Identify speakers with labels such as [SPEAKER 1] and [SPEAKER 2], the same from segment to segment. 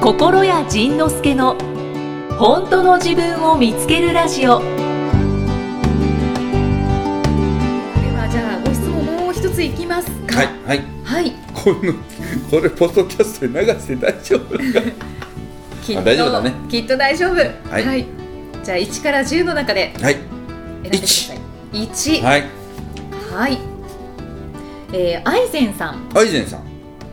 [SPEAKER 1] 心谷仁之助の本当の自分を見つけるラジオではじゃあご質問もう一ついきますか
[SPEAKER 2] はいはい
[SPEAKER 1] はい
[SPEAKER 2] このこれポッドキャストで流して大丈夫なのか
[SPEAKER 1] きっと
[SPEAKER 2] あ大丈夫だね
[SPEAKER 1] きっと大丈夫はいじゃあ1から10の中で
[SPEAKER 2] は
[SPEAKER 1] 選
[SPEAKER 2] い
[SPEAKER 1] んでください1はい、
[SPEAKER 2] はい
[SPEAKER 1] えーアイゼンさん
[SPEAKER 2] アイゼンさん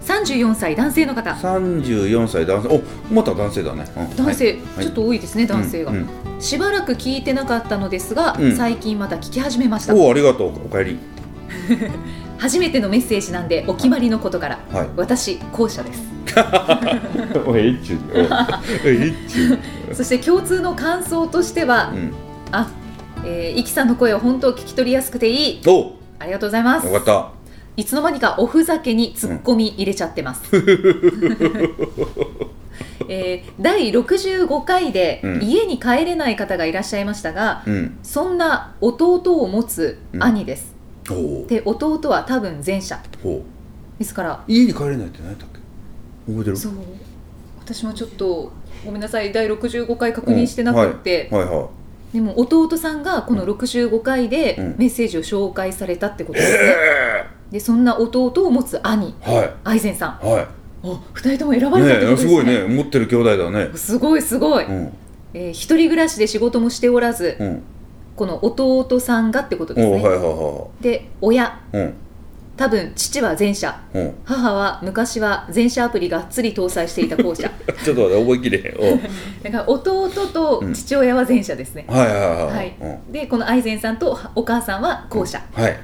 [SPEAKER 1] 34歳男性の方
[SPEAKER 2] 34歳男性おまた男性だね、うん
[SPEAKER 1] 男性、
[SPEAKER 2] はい
[SPEAKER 1] ちょっと多いですね男性が、
[SPEAKER 2] うんうん
[SPEAKER 1] しばらく聞いてなかったのですが、
[SPEAKER 2] うん
[SPEAKER 1] 最近また聞き始めました
[SPEAKER 2] おおありがとうおかえり
[SPEAKER 1] 初めてのメッセージなんでお決まりのことから、
[SPEAKER 2] はい
[SPEAKER 1] 私後者です
[SPEAKER 2] おいエッチにおいエッチに
[SPEAKER 1] そして共通の感想としては、
[SPEAKER 2] うん
[SPEAKER 1] あ、えー、イキさんの声は本当聞き取りやすくていい
[SPEAKER 2] おう
[SPEAKER 1] ありがとうございます
[SPEAKER 2] よかっ
[SPEAKER 1] いつの間にかおふざけにツッコミ入れちゃってます、 えー第65回で
[SPEAKER 2] うん
[SPEAKER 1] 家に帰れない方がいらっしゃいましたが、
[SPEAKER 2] たうん
[SPEAKER 1] そんな弟を持つ兄です、
[SPEAKER 2] おお
[SPEAKER 1] で弟は多分前者
[SPEAKER 2] おう
[SPEAKER 1] ですから
[SPEAKER 2] 家に帰れないって何やったっけ覚えてる
[SPEAKER 1] そう私もちょっとごめんなさい第65回確認してなくって、
[SPEAKER 2] はいは
[SPEAKER 1] でも弟さんがこの65回で
[SPEAKER 2] うん
[SPEAKER 1] メッセージを紹介されたってこと
[SPEAKER 2] い
[SPEAKER 1] ですね、
[SPEAKER 2] え
[SPEAKER 1] でそんな弟を持つ兄
[SPEAKER 2] えはい
[SPEAKER 1] アイゼンさん
[SPEAKER 2] は
[SPEAKER 1] お二人とも選ば
[SPEAKER 2] い
[SPEAKER 1] れたってことで
[SPEAKER 2] ねえ
[SPEAKER 1] す
[SPEAKER 2] す
[SPEAKER 1] ね
[SPEAKER 2] ごいね持ってる兄弟だね
[SPEAKER 1] すごいすごい、
[SPEAKER 2] うん
[SPEAKER 1] えー一人暮らしで仕事もしておらず、
[SPEAKER 2] うん
[SPEAKER 1] この弟さんがってことです
[SPEAKER 2] お
[SPEAKER 1] ね、
[SPEAKER 2] うはいはいは
[SPEAKER 1] で親
[SPEAKER 2] いはい
[SPEAKER 1] 多分父は前者
[SPEAKER 2] うんうん
[SPEAKER 1] 母は昔は前者アプリがっつり搭載していた 後者
[SPEAKER 2] ちょっと待って覚えきれへんおう
[SPEAKER 1] だから弟と父親は前者ですね、
[SPEAKER 2] はいはいはい
[SPEAKER 1] はい
[SPEAKER 2] うん
[SPEAKER 1] でこのアイゼンさんとお母さんは後者
[SPEAKER 2] はい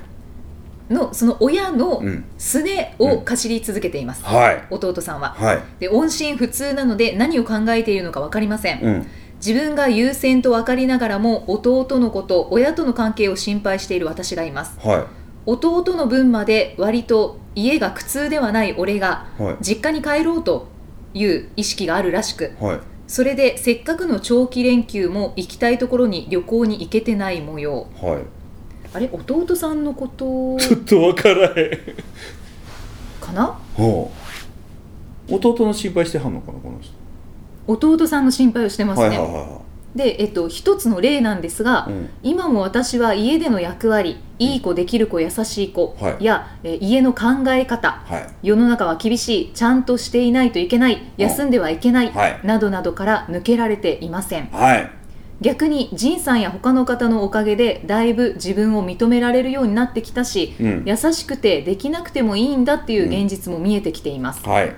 [SPEAKER 1] のその親の
[SPEAKER 2] うん
[SPEAKER 1] すねをかしり続けています、
[SPEAKER 2] はい
[SPEAKER 1] 弟さんは
[SPEAKER 2] はい
[SPEAKER 1] で音信不通なので何を考えているのか分かりません、
[SPEAKER 2] うん
[SPEAKER 1] 自分が優先と分かりながらも弟のこと親との関係を心配している私がいます
[SPEAKER 2] は
[SPEAKER 1] 弟の分まで割と家が苦痛ではない俺が
[SPEAKER 2] いはい
[SPEAKER 1] 実家に帰ろうという意識があるらしく
[SPEAKER 2] はい
[SPEAKER 1] それでせっかくの長期連休も行きたいところに旅行に行けてない模様
[SPEAKER 2] は
[SPEAKER 1] あれ弟さんのこと
[SPEAKER 2] いちょっとわからへん
[SPEAKER 1] かな
[SPEAKER 2] おう弟の心配してはんのかなこの人
[SPEAKER 1] 弟さんの心配をしてます
[SPEAKER 2] は
[SPEAKER 1] ね、
[SPEAKER 2] いはいはいは
[SPEAKER 1] で、えっと、一つの例なんですが、
[SPEAKER 2] いうん
[SPEAKER 1] 今も私は家での役割いい子できる子優しい子、
[SPEAKER 2] はい
[SPEAKER 1] や、えー家の考え方
[SPEAKER 2] はい
[SPEAKER 1] 世の中は厳しいちゃんとしていないといけない休んではいけない、
[SPEAKER 2] はい
[SPEAKER 1] などなどから抜けられていません
[SPEAKER 2] はい
[SPEAKER 1] 逆に仁さんや他の方のおかげでだいぶ自分を認められるようになってきたし、
[SPEAKER 2] うん
[SPEAKER 1] 優しくてできなくてもいいんだっていう
[SPEAKER 2] うん
[SPEAKER 1] 現実も見えてきています
[SPEAKER 2] はい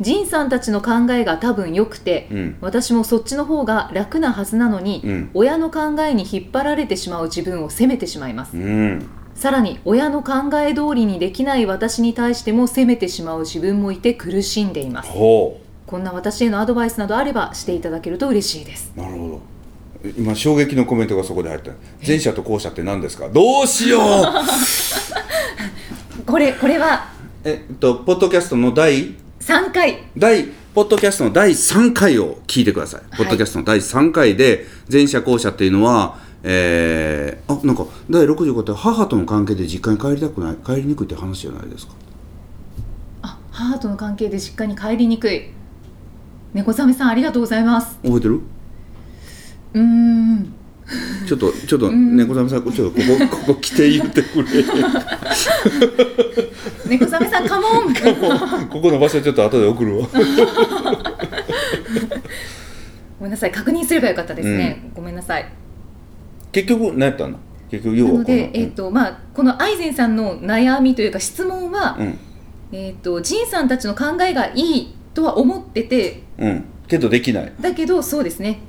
[SPEAKER 1] 仁、さんたちの考えが多分良くて、
[SPEAKER 2] うん
[SPEAKER 1] 私もそっちの方が楽なはずなのに、
[SPEAKER 2] うん
[SPEAKER 1] 親の考えに引っ張られてしまう自分を責めてしまいます、
[SPEAKER 2] うん
[SPEAKER 1] さらに親の考え通りにできない私に対しても責めてしまう自分もいて苦しんでいます
[SPEAKER 2] ほ
[SPEAKER 1] こんな私へのアドバイスなどあればしていただけると嬉しいです
[SPEAKER 2] うなるほど今衝撃のコメントがそこで入った前者と後者って何ですかどうしよう
[SPEAKER 1] これこれは
[SPEAKER 2] えっとポッドキャストの第
[SPEAKER 1] 3回
[SPEAKER 2] 第ポッドキャストの第3回を聞いてください、
[SPEAKER 1] い
[SPEAKER 2] ポッドキャストの第3回で前者後者っていうのはえー、あなんか第65って母との関係で実家に帰りたくない帰りにくいって話じゃないですか
[SPEAKER 1] あ母との関係で実家に帰りにくい猫ザメさんありがとうございます
[SPEAKER 2] 覚えてる
[SPEAKER 1] うーん
[SPEAKER 2] ちょっとちょっと
[SPEAKER 1] ん
[SPEAKER 2] 猫沢さんちょっとここここ来て言ってくれ
[SPEAKER 1] 猫ザメさんカ モン
[SPEAKER 2] ここの場所ちょっと後で送るわ
[SPEAKER 1] ごめんなさい確認すればよかったですね、ごめんなさい
[SPEAKER 2] 結局何やったの結局要
[SPEAKER 1] な
[SPEAKER 2] はこ
[SPEAKER 1] ので、えっ
[SPEAKER 2] の
[SPEAKER 1] とまあ、このアイゼンさんの悩みというか質問は、
[SPEAKER 2] うん
[SPEAKER 1] えっとジンさんたちの考えがいいとは思ってて
[SPEAKER 2] うん、うん、けどできない
[SPEAKER 1] だけどそうですね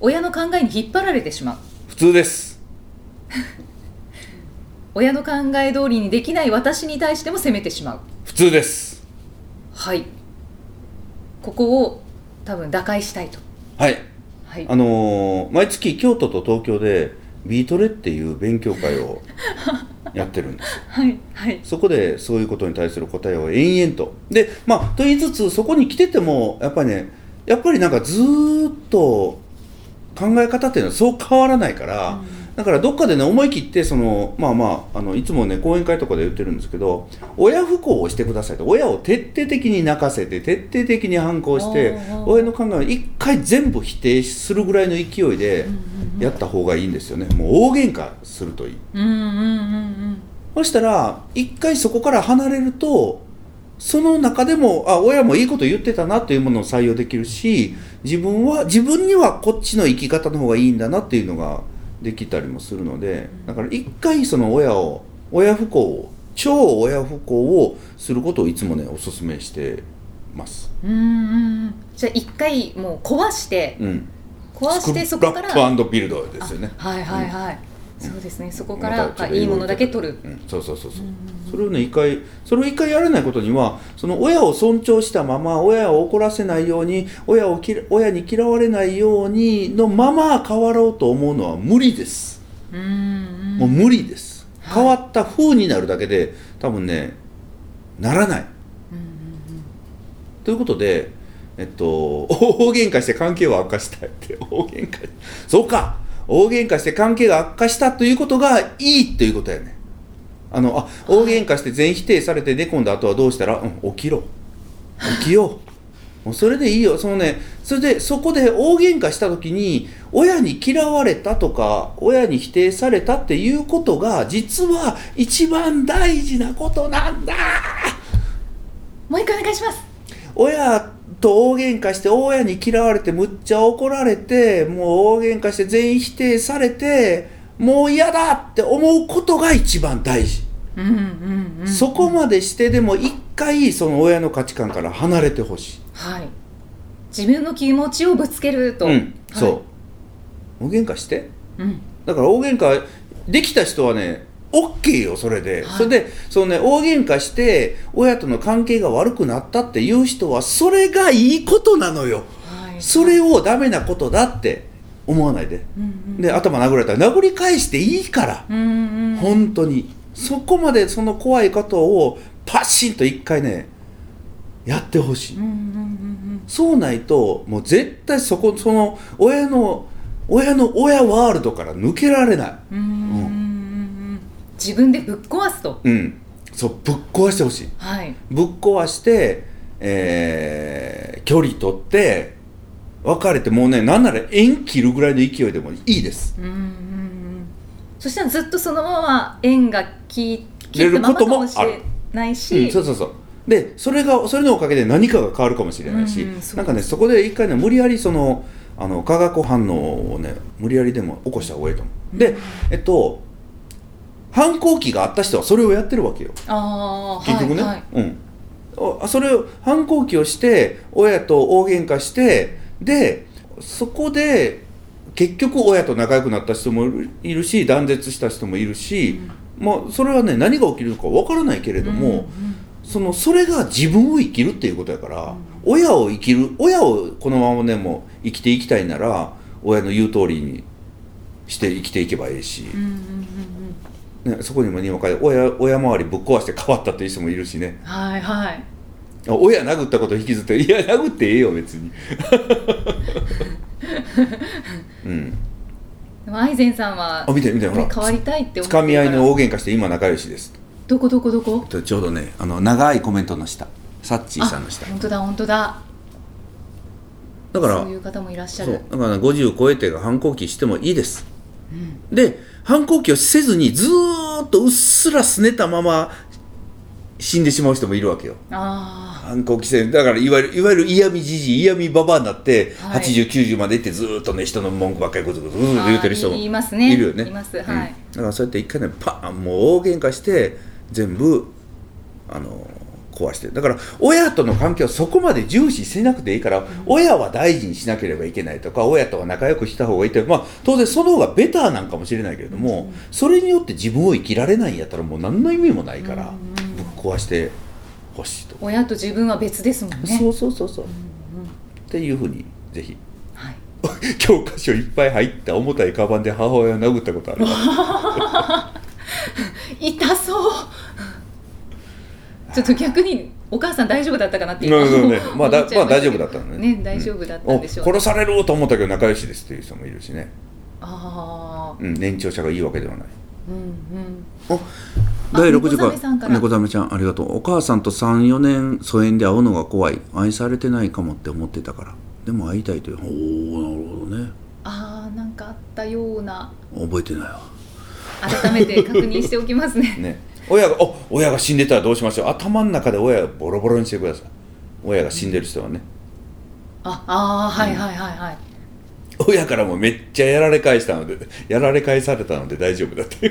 [SPEAKER 1] 親の考えに引っ張られてしまう
[SPEAKER 2] 普通です
[SPEAKER 1] 親の考え通りにできない私に対しても責めてしまう
[SPEAKER 2] 普通です
[SPEAKER 1] はいここを多分打開したいと、
[SPEAKER 2] はい
[SPEAKER 1] はい、
[SPEAKER 2] あのー毎月京都と東京でビートレっていう勉強会をやってるんです
[SPEAKER 1] はいはい
[SPEAKER 2] そこでそういうことに対する答えを延々とでまあと言いつつそこに来ててもやっぱりねやっぱりなんかずーっと考え方っていうのはそう変わらないから、だからどっかでね思い切ってそのまあまああのいつもね講演会とかで言ってるんですけど親不孝をしてくださいと親を徹底的に泣かせて徹底的に反抗して
[SPEAKER 1] おーおー
[SPEAKER 2] 親の考えを一回全部否定するぐらいの勢いで
[SPEAKER 1] うんうんうん
[SPEAKER 2] やった方がいいんですよねもう大喧嘩するといい
[SPEAKER 1] うんうんうん
[SPEAKER 2] そしたら一回そこから離れるとその中でもあ親もいいこと言ってたなというものを採用できるし自分は自分にはこっちの生き方の方がいいんだなっていうのができたりもするのでだから一回その親を親不孝を超親不孝をすることをいつもねお勧めしてます。
[SPEAKER 1] うんうんうんうんじゃあ一回もう壊して
[SPEAKER 2] うん、
[SPEAKER 1] 壊して
[SPEAKER 2] ス
[SPEAKER 1] そこ
[SPEAKER 2] ク
[SPEAKER 1] か
[SPEAKER 2] ラ
[SPEAKER 1] ら
[SPEAKER 2] ップビルドですよね。
[SPEAKER 1] あはいはいはい、そうですねそこか
[SPEAKER 2] ま
[SPEAKER 1] ら
[SPEAKER 2] たちょっ
[SPEAKER 1] あ
[SPEAKER 2] と
[SPEAKER 1] いいものだけ取る
[SPEAKER 2] うん、そうそうそうそう、
[SPEAKER 1] うん
[SPEAKER 2] それをね一回それを一回やらないことにはその親を尊重したまま親を怒らせないように親をき親に嫌われないようにのまま変わろうと思うのは無理です、
[SPEAKER 1] うんうん
[SPEAKER 2] もう無理です、
[SPEAKER 1] はい
[SPEAKER 2] 変わった風になるだけで多分ねならない
[SPEAKER 1] うん
[SPEAKER 2] ということでえっと 大喧嘩して関係を悪化したいって 大喧嘩そうか大喧嘩して関係が悪化したということがいいということやねあのあ大喧嘩して全否定されて寝込んだ後はどうしたら、うん、起きろ起きようもうそれでいいよそのねそれでそこで大喧嘩した時に親に嫌われたとか親に否定されたっていうことが実は一番大事なことなんだ
[SPEAKER 1] もう一回お願いします
[SPEAKER 2] 親と大喧嘩して親に嫌われてむっちゃ怒られてもう大喧嘩して全員否定されてもう嫌だって思うことが一番大事、
[SPEAKER 1] うんうんうん
[SPEAKER 2] そこまでしてでも一回その親の価値観から離れてほしい
[SPEAKER 1] はい自分の気持ちをぶつけると、
[SPEAKER 2] うん、
[SPEAKER 1] はい
[SPEAKER 2] そう大喧嘩して
[SPEAKER 1] うん
[SPEAKER 2] だから大喧嘩できた人はね OK よそれ
[SPEAKER 1] は
[SPEAKER 2] で、
[SPEAKER 1] い
[SPEAKER 2] それでそのね大喧嘩して親との関係が悪くなったっていう人はそれがいいことなのよ
[SPEAKER 1] はい
[SPEAKER 2] それをダメなことだって思わないで
[SPEAKER 1] うんうん
[SPEAKER 2] で頭殴られたら殴り返していいから
[SPEAKER 1] うんうん
[SPEAKER 2] 本当にそこまでその怖いことをパシンと一回ねやってほしい
[SPEAKER 1] うんうんうん
[SPEAKER 2] そうないともう絶対そこその親の親の親ワールドから抜けられない
[SPEAKER 1] うんうんうんうん自分でぶっ壊すと
[SPEAKER 2] うんそうぶっ壊してほしい
[SPEAKER 1] はい
[SPEAKER 2] ぶっ壊して、えー距離取って別れてもうねなんなら縁切るぐらいの勢いでもいいです
[SPEAKER 1] うんうんうんそしたらずっとそのまま縁が切い
[SPEAKER 2] 出る
[SPEAKER 1] たま
[SPEAKER 2] こ
[SPEAKER 1] ま
[SPEAKER 2] と
[SPEAKER 1] か
[SPEAKER 2] もあ
[SPEAKER 1] も
[SPEAKER 2] る
[SPEAKER 1] しれないし、
[SPEAKER 2] うん、そうそうそうでそれがそれのおかげで何かが変わるかもしれないし、
[SPEAKER 1] うんうんそう
[SPEAKER 2] なんかねそこで一回ね無理やりそのあの化学反応をね無理やりでも起こした方がいいと思う、でえっと反抗期があった人はそれをやってるわけよ
[SPEAKER 1] ああ
[SPEAKER 2] 結局ね、
[SPEAKER 1] はいはい
[SPEAKER 2] うんおそれを反抗期をして親と大喧嘩してでそこで結局親と仲良くなった人もいるし断絶した人もいるし、まあ、それはね何が起きるのかわからないけれども、
[SPEAKER 1] うんうん
[SPEAKER 2] そのそれが自分を生きるっていうことやから、親を生きる親をこのままねもう生きていきたいなら親の言う通りにして生きていけばいいし、
[SPEAKER 1] うんうんうん
[SPEAKER 2] ね、そこにもにわかで親親周りぶっ壊して変わったっていう人もいるしね
[SPEAKER 1] うんはいはい
[SPEAKER 2] あ親殴ったこと引きずって「いや殴ってええよ 別に」うん
[SPEAKER 1] でもアイゼンさんは
[SPEAKER 2] あ見て見てほら
[SPEAKER 1] ね変わりたいって思
[SPEAKER 2] つ
[SPEAKER 1] って
[SPEAKER 2] か
[SPEAKER 1] る
[SPEAKER 2] み合い
[SPEAKER 1] から
[SPEAKER 2] の大喧嘩して今仲良しです
[SPEAKER 1] どこどこどこ
[SPEAKER 2] とちょうどねあの長いコメントの下サッチーさんの下
[SPEAKER 1] あ本当だ本当だ
[SPEAKER 2] だから
[SPEAKER 1] そういう方もいらっしゃ
[SPEAKER 2] そう
[SPEAKER 1] る
[SPEAKER 2] だから50超えてが反抗期してもいいです
[SPEAKER 1] うん
[SPEAKER 2] で反抗期をせずにずーっとうっすらすねたまま死んでしまう人もいるわけよ
[SPEAKER 1] あ
[SPEAKER 2] 反抗期せんだからいわゆるいわゆる嫌味じじい嫌味ババアになって、
[SPEAKER 1] はい
[SPEAKER 2] 8090までいってずーっとね人の文句ばっかりグズグズグズグ
[SPEAKER 1] ーあ
[SPEAKER 2] ズ言うてる人も
[SPEAKER 1] いいますね
[SPEAKER 2] いるよね
[SPEAKER 1] いますはい
[SPEAKER 2] うんだからそうやって一回ねパーンもう大喧嘩して全部あの壊してだから親との関係をそこまで重視しなくていいから、親は大事にしなければいけないとか親とは仲良くした方がいいとまあ当然その方がベターなんかもしれないけれども、それによって自分を生きられないんやったらもう何の意味もないから、
[SPEAKER 1] うん
[SPEAKER 2] ぶっ壊してほしいと、
[SPEAKER 1] 親と自分は別ですもんね
[SPEAKER 2] そうそうそうそう、
[SPEAKER 1] うんうん
[SPEAKER 2] っていうふうにぜひ
[SPEAKER 1] はい
[SPEAKER 2] 教科書いっぱい入った重たいカバンで母親を殴ったことあるわ
[SPEAKER 1] 痛そうちょっと逆にお母さん大丈夫だったかなって
[SPEAKER 2] なるほど ね
[SPEAKER 1] 思っ
[SPEAKER 2] まあだ
[SPEAKER 1] ちゃい
[SPEAKER 2] まあ大
[SPEAKER 1] し
[SPEAKER 2] 丈
[SPEAKER 1] けど
[SPEAKER 2] 夫だったのね
[SPEAKER 1] ね大丈夫だった
[SPEAKER 2] お
[SPEAKER 1] んでしょうね、
[SPEAKER 2] 殺されると思ったけど仲良しですっていう人もいるしね
[SPEAKER 1] あ
[SPEAKER 2] うん、年長者がいいわけではない
[SPEAKER 1] うんうん
[SPEAKER 2] お
[SPEAKER 1] あ
[SPEAKER 2] 第60
[SPEAKER 1] 猫ザメさんか
[SPEAKER 2] 回
[SPEAKER 1] ら
[SPEAKER 2] 猫ザメちゃんありがとうお母さんと34年疎遠で会うのが怖い愛されてないかもって思ってたからでも会いたいというおおなるほどね
[SPEAKER 1] あーなんかあったような
[SPEAKER 2] 覚えてないわ
[SPEAKER 1] 改めて確認しておきますね
[SPEAKER 2] ね親がお親が死んでたらどうしましょう頭の中で親をボロボロにしてください親が死んでる人はね
[SPEAKER 1] ああーはいはいはいはい、
[SPEAKER 2] 親からもめっちゃやられ返したのでやられ返されたので大丈夫だって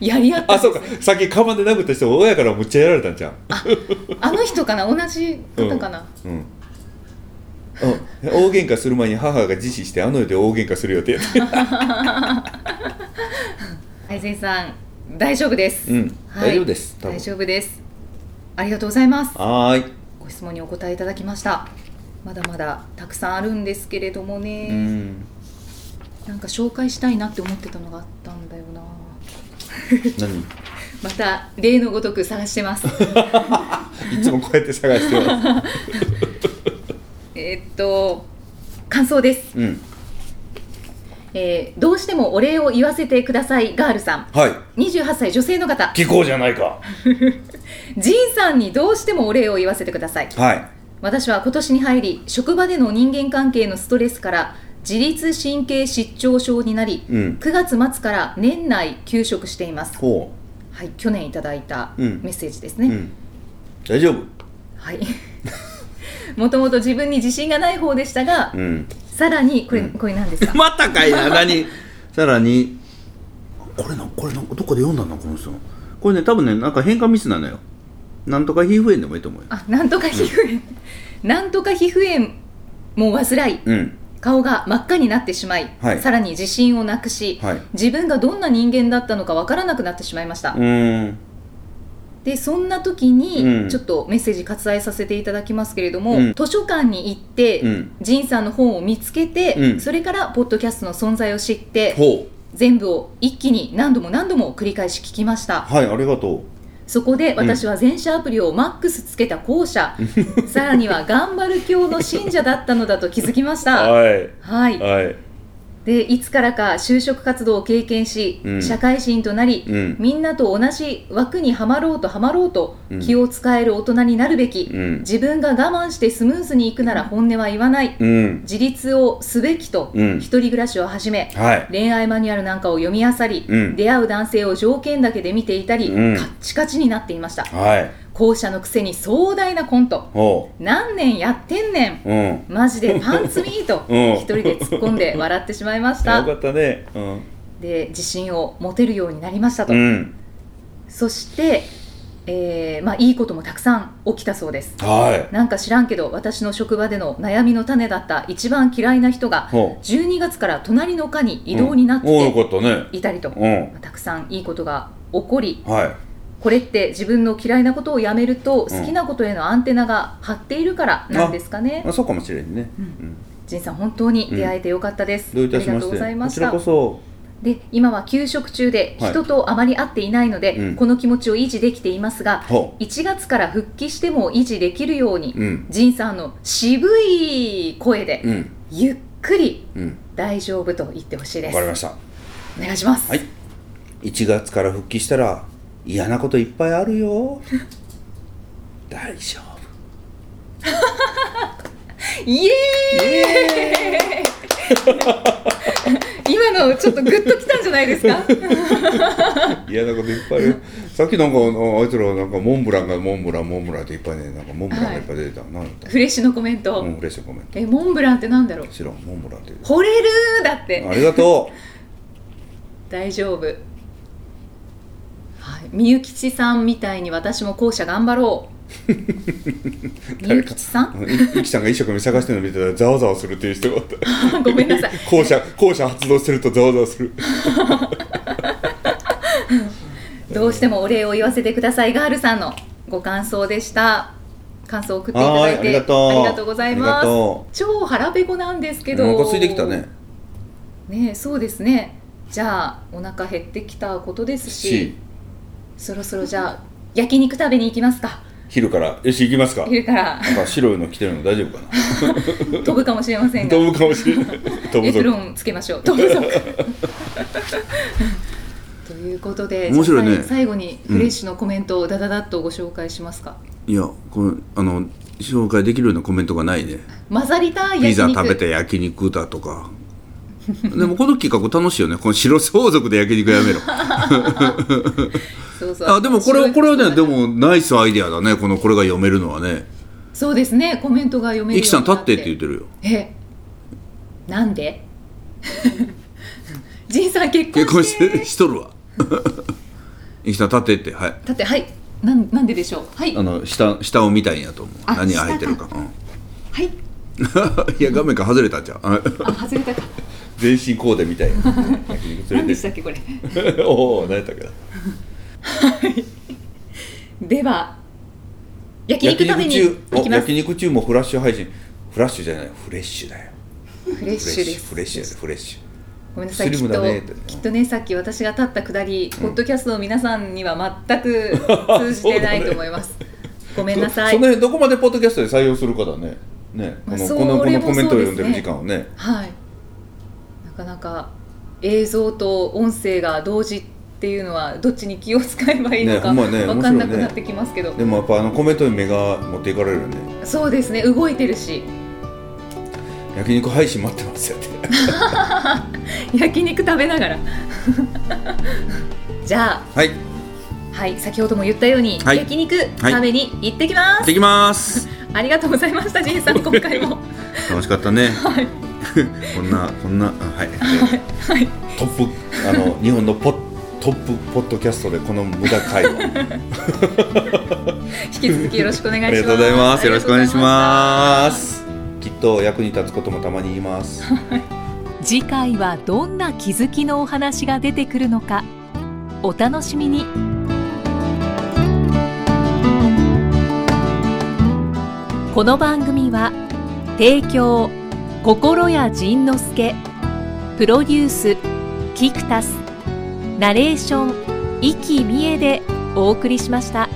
[SPEAKER 1] やり合った
[SPEAKER 2] あ
[SPEAKER 1] んで
[SPEAKER 2] そう
[SPEAKER 1] す
[SPEAKER 2] か
[SPEAKER 1] ね
[SPEAKER 2] さっきかまで殴った人も親からむっちゃやられたんじゃん
[SPEAKER 1] あの人かな同じ方かな、
[SPEAKER 2] うんあ大喧嘩する前に母が自死してあの世で大喧嘩する予定や って
[SPEAKER 1] 大善さん大丈夫です、
[SPEAKER 2] うん
[SPEAKER 1] はい
[SPEAKER 2] 大丈夫です多分
[SPEAKER 1] 大丈夫ですありがとうございます
[SPEAKER 2] はーい
[SPEAKER 1] ご質問にお答えいただきましたまだまだたくさんあるんですけれどもね、
[SPEAKER 2] うん
[SPEAKER 1] なんか紹介したいなって思ってたのがあったんだよな
[SPEAKER 2] 何
[SPEAKER 1] また例のごとく探してます
[SPEAKER 2] いつもこうやって探して ま
[SPEAKER 1] えーっと感想です、
[SPEAKER 2] すうん
[SPEAKER 1] えーどうしてもお礼を言わせてくださいガールさん
[SPEAKER 2] はい
[SPEAKER 1] 28歳女性の方
[SPEAKER 2] 聞こうじゃないか
[SPEAKER 1] ジンさんにどうしてもお礼を言わせてください
[SPEAKER 2] はい
[SPEAKER 1] 私は今年に入り職場での人間関係のストレスから自律神経失調症になり、
[SPEAKER 2] うん
[SPEAKER 1] 9月末から年内休職しています、
[SPEAKER 2] ほ
[SPEAKER 1] はい、去年いただいた
[SPEAKER 2] うん
[SPEAKER 1] メッセージです
[SPEAKER 2] う、
[SPEAKER 1] ね、
[SPEAKER 2] うん、大丈夫
[SPEAKER 1] はい もともと自分に自信がない方でしたが、
[SPEAKER 2] うん
[SPEAKER 1] さらにこれ、これなんですか
[SPEAKER 2] またかいな何さらにこれなこれなんかどこで読んだんだこの人これね多分ねなんか変化ミスなのよなんとか皮膚炎でもいいと思うよ
[SPEAKER 1] あなんとか皮膚炎なんとか皮膚炎も患い
[SPEAKER 2] うん
[SPEAKER 1] 顔が真っ赤になってしまい、
[SPEAKER 2] はい
[SPEAKER 1] さらに自信をなくし、
[SPEAKER 2] はい
[SPEAKER 1] 自分がどんな人間だったのかわからなくなってしまいました、
[SPEAKER 2] うーん
[SPEAKER 1] でそんな時に、
[SPEAKER 2] うん
[SPEAKER 1] ちょっとメッセージ割愛させていただきますけれども、
[SPEAKER 2] うん
[SPEAKER 1] 図書館に行って、
[SPEAKER 2] うん
[SPEAKER 1] ジンさんの本を見つけて、
[SPEAKER 2] うん
[SPEAKER 1] それからポッドキャストの存在を知って、
[SPEAKER 2] ほう
[SPEAKER 1] 全部を一気に何度も何度も繰り返し聞きました
[SPEAKER 2] はいありがと
[SPEAKER 1] そこで私は全社アプリをマックスつけた後者、さらには頑張る教の信者だったのだと気づきまし
[SPEAKER 2] う
[SPEAKER 1] た
[SPEAKER 2] は
[SPEAKER 1] はい
[SPEAKER 2] いはい
[SPEAKER 1] でいつからか就職活動を経験し、
[SPEAKER 2] うん
[SPEAKER 1] 社会人となり、
[SPEAKER 2] うん
[SPEAKER 1] みんなと同じ枠にはまろうとはまろうと
[SPEAKER 2] うん
[SPEAKER 1] 気を使える大人になるべき、
[SPEAKER 2] うん
[SPEAKER 1] 自分が我慢してスムーズにいくなら本音は言わない
[SPEAKER 2] うん
[SPEAKER 1] 自立をすべきと、
[SPEAKER 2] うん
[SPEAKER 1] 一人暮らしを始め
[SPEAKER 2] はい
[SPEAKER 1] 恋愛マニュアルなんかを読み漁り、
[SPEAKER 2] うん
[SPEAKER 1] 出会う男性を条件だけで見ていたり、
[SPEAKER 2] うん
[SPEAKER 1] カッチカチになっていました
[SPEAKER 2] はい
[SPEAKER 1] 後者のくせに壮大なコント
[SPEAKER 2] ほ
[SPEAKER 1] 何年やってんねん
[SPEAKER 2] ううんよ
[SPEAKER 1] マジでパンツミーと
[SPEAKER 2] うん
[SPEAKER 1] 一人で突っ込んで笑ってしまいま し
[SPEAKER 2] か
[SPEAKER 1] た
[SPEAKER 2] ったねうん
[SPEAKER 1] で自信を持てるようになりましたと、
[SPEAKER 2] うん
[SPEAKER 1] そして、えーまあ、いいこともたくさん起きたそうです
[SPEAKER 2] はい
[SPEAKER 1] なんか知らんけど私の職場での悩みの種だった一番嫌いな人が
[SPEAKER 2] ほう
[SPEAKER 1] 12月から隣の課に異動になっ
[SPEAKER 2] うんお
[SPEAKER 1] て
[SPEAKER 2] よかったね
[SPEAKER 1] いたりと、
[SPEAKER 2] うん
[SPEAKER 1] まあたくさんいいことが起こり
[SPEAKER 2] は
[SPEAKER 1] これって自分の嫌いなことをやめると好きなことへのアンテナが張っているからなんですかね
[SPEAKER 2] いあそうかもしれんね
[SPEAKER 1] うん
[SPEAKER 2] うん
[SPEAKER 1] 仁さん本当に出会えてよかったです、
[SPEAKER 2] どういた
[SPEAKER 1] あ
[SPEAKER 2] し
[SPEAKER 1] り
[SPEAKER 2] ま
[SPEAKER 1] がと
[SPEAKER 2] し
[SPEAKER 1] う
[SPEAKER 2] て
[SPEAKER 1] ござい
[SPEAKER 2] こ
[SPEAKER 1] まし
[SPEAKER 2] ちら
[SPEAKER 1] た
[SPEAKER 2] こそ
[SPEAKER 1] で今は休職中で
[SPEAKER 2] はい
[SPEAKER 1] 人とあまり会っていないので、
[SPEAKER 2] うん
[SPEAKER 1] この気持ちを維持できていますが
[SPEAKER 2] ほ
[SPEAKER 1] 1月から復帰しても維持できるように、
[SPEAKER 2] ううん
[SPEAKER 1] 仁さんの渋い声で、
[SPEAKER 2] うん
[SPEAKER 1] ゆっくり
[SPEAKER 2] うん
[SPEAKER 1] 大丈夫と言ってほしいで
[SPEAKER 2] わ
[SPEAKER 1] す
[SPEAKER 2] かりました
[SPEAKER 1] お願いします、
[SPEAKER 2] はい1月から復帰したら嫌なこといっぱいあるよ 大丈
[SPEAKER 1] イエ
[SPEAKER 2] 夫イエーイ
[SPEAKER 1] ーイ 今のちょっとグッときたんじゃないです か
[SPEAKER 2] 嫌なこといっぱいあるよさっきなんかあのあいつらなんかモンブランがモンブランモンブランっていっぱいねなんかモンブランがいっぱい出てた、なんだっ
[SPEAKER 1] フレッシュのコメン
[SPEAKER 2] た
[SPEAKER 1] ト、
[SPEAKER 2] うん嬉しいコメント
[SPEAKER 1] えモンブランってなんだろう
[SPEAKER 2] 知らんモンブランって
[SPEAKER 1] 惚れるーだって
[SPEAKER 2] ありがと
[SPEAKER 1] 大丈夫はいみゆきちさんみたいに私も校舎頑張ろ うみゆきちさん
[SPEAKER 2] ういいきさんが一生懸命探してるの見てたらざわざわするっていう人がおった
[SPEAKER 1] ごめんなさい
[SPEAKER 2] 校舎校舎発動してるとざわざわする
[SPEAKER 1] どうしてもお礼を言わせてくださいガールさんのご感想でした感想を送っていただいて
[SPEAKER 2] はーいありがとう
[SPEAKER 1] ありがとうござい
[SPEAKER 2] あ
[SPEAKER 1] ま
[SPEAKER 2] り
[SPEAKER 1] す
[SPEAKER 2] がと
[SPEAKER 1] 超腹ペコなんですけど
[SPEAKER 2] お腹空いてきたね
[SPEAKER 1] ねえそうですねじゃあお腹減ってきたことですし
[SPEAKER 2] し
[SPEAKER 1] そろそろじゃあ焼肉食べに行きますか
[SPEAKER 2] 昼からよし行きますか
[SPEAKER 1] 昼から
[SPEAKER 2] なんか白いの着てるの大丈夫かな
[SPEAKER 1] 飛ぶかもしれませんが
[SPEAKER 2] 飛ぶかもしれない飛ぶ
[SPEAKER 1] エ
[SPEAKER 2] ぞ
[SPEAKER 1] プロンつけましょう。どうぞということで、
[SPEAKER 2] 面白いね
[SPEAKER 1] じゃあ最後にフレッシュのコメントをダダダッとご紹介しますか。
[SPEAKER 2] いやこれあの紹介できるようなコメントがないね
[SPEAKER 1] 混ざりたい
[SPEAKER 2] ピ
[SPEAKER 1] 焼
[SPEAKER 2] ザ
[SPEAKER 1] 肉
[SPEAKER 2] 食べて焼肉だとかでもこの企画楽しいよねこの白相続で焼肉や めろ
[SPEAKER 1] そうそう
[SPEAKER 2] あでもこれ
[SPEAKER 1] 白い
[SPEAKER 2] これはねでもナイスアイデアだねこのこれが読めるのはね
[SPEAKER 1] そうですねコメントが読める
[SPEAKER 2] イキさん立ってって言
[SPEAKER 1] う
[SPEAKER 2] ってるよ
[SPEAKER 1] えなんで ジンさん結婚
[SPEAKER 2] 結婚し
[SPEAKER 1] して
[SPEAKER 2] てしとるわ イキさん立ってってはい
[SPEAKER 1] だってはいなんなんででしょうはい
[SPEAKER 2] あの下下を見たいんやと思う
[SPEAKER 1] あ
[SPEAKER 2] 何が入ってるかうん
[SPEAKER 1] はい
[SPEAKER 2] いや画面から外れたん じゃんあ
[SPEAKER 1] あ外れたか
[SPEAKER 2] 全身コーデみたいな 焼肉
[SPEAKER 1] 何
[SPEAKER 2] 連
[SPEAKER 1] で
[SPEAKER 2] れ
[SPEAKER 1] したっけこれ
[SPEAKER 2] て おお何やったっけな
[SPEAKER 1] では焼肉
[SPEAKER 2] 焼
[SPEAKER 1] 食べ
[SPEAKER 2] 肉
[SPEAKER 1] に行き
[SPEAKER 2] 中お
[SPEAKER 1] ます
[SPEAKER 2] 焼肉中もフラッシュ配信フラッシュじゃないフレッシュだよ
[SPEAKER 1] フレッシュです
[SPEAKER 2] フレッシュやでフレッシュ
[SPEAKER 1] ごめんなさい、
[SPEAKER 2] ス
[SPEAKER 1] き
[SPEAKER 2] リ
[SPEAKER 1] っ
[SPEAKER 2] ムだ
[SPEAKER 1] と
[SPEAKER 2] ねって
[SPEAKER 1] きっとねさっき私が立ったくだり、ポッドキャストの皆さんには全く通じてないと思います、ごめんなさい
[SPEAKER 2] そその辺どこまでポッドキャストで採用するかだねねこ
[SPEAKER 1] まあ
[SPEAKER 2] の
[SPEAKER 1] そ
[SPEAKER 2] このこ
[SPEAKER 1] れ
[SPEAKER 2] の
[SPEAKER 1] も
[SPEAKER 2] コメント
[SPEAKER 1] そ
[SPEAKER 2] を
[SPEAKER 1] うですね
[SPEAKER 2] 読んでる時間をね
[SPEAKER 1] はいなかなか映像と音声が同時っていうのはどっちに気を使えばいいの
[SPEAKER 2] ねほ
[SPEAKER 1] か、
[SPEAKER 2] んまね
[SPEAKER 1] 分かんなく
[SPEAKER 2] 面白いね
[SPEAKER 1] なってきますけど、
[SPEAKER 2] でもやっぱあのコメントに目が持っていかれるよね
[SPEAKER 1] そうですね動いてるし
[SPEAKER 2] 焼肉配信待ってますよ って
[SPEAKER 1] 焼肉食べながら じゃあ
[SPEAKER 2] はい行
[SPEAKER 1] はい先ほども言ったように、
[SPEAKER 2] はい
[SPEAKER 1] 焼肉
[SPEAKER 2] はい
[SPEAKER 1] 食べに行ってきます、
[SPEAKER 2] ってきます
[SPEAKER 1] ありがとうございましたジンさん今回 も
[SPEAKER 2] 楽しかったね
[SPEAKER 1] はい
[SPEAKER 2] こんなこんなあはい、
[SPEAKER 1] はい
[SPEAKER 2] トップあの日本のポットップポッドキャストでこの無駄会話
[SPEAKER 1] 引き続きよろしくお願いし
[SPEAKER 2] あ
[SPEAKER 1] ます。
[SPEAKER 2] りがとうございます。よろしくお願いしま
[SPEAKER 1] あ
[SPEAKER 2] す。きっと役に立つこともたまに言います。
[SPEAKER 1] りがとうございました。次回はどんな気づきのお話が出てくるのか、お楽しみに。この番組は、提供、心谷仁之助、プロデュース、キクタス、ナレーション、生きみえでお送りしました。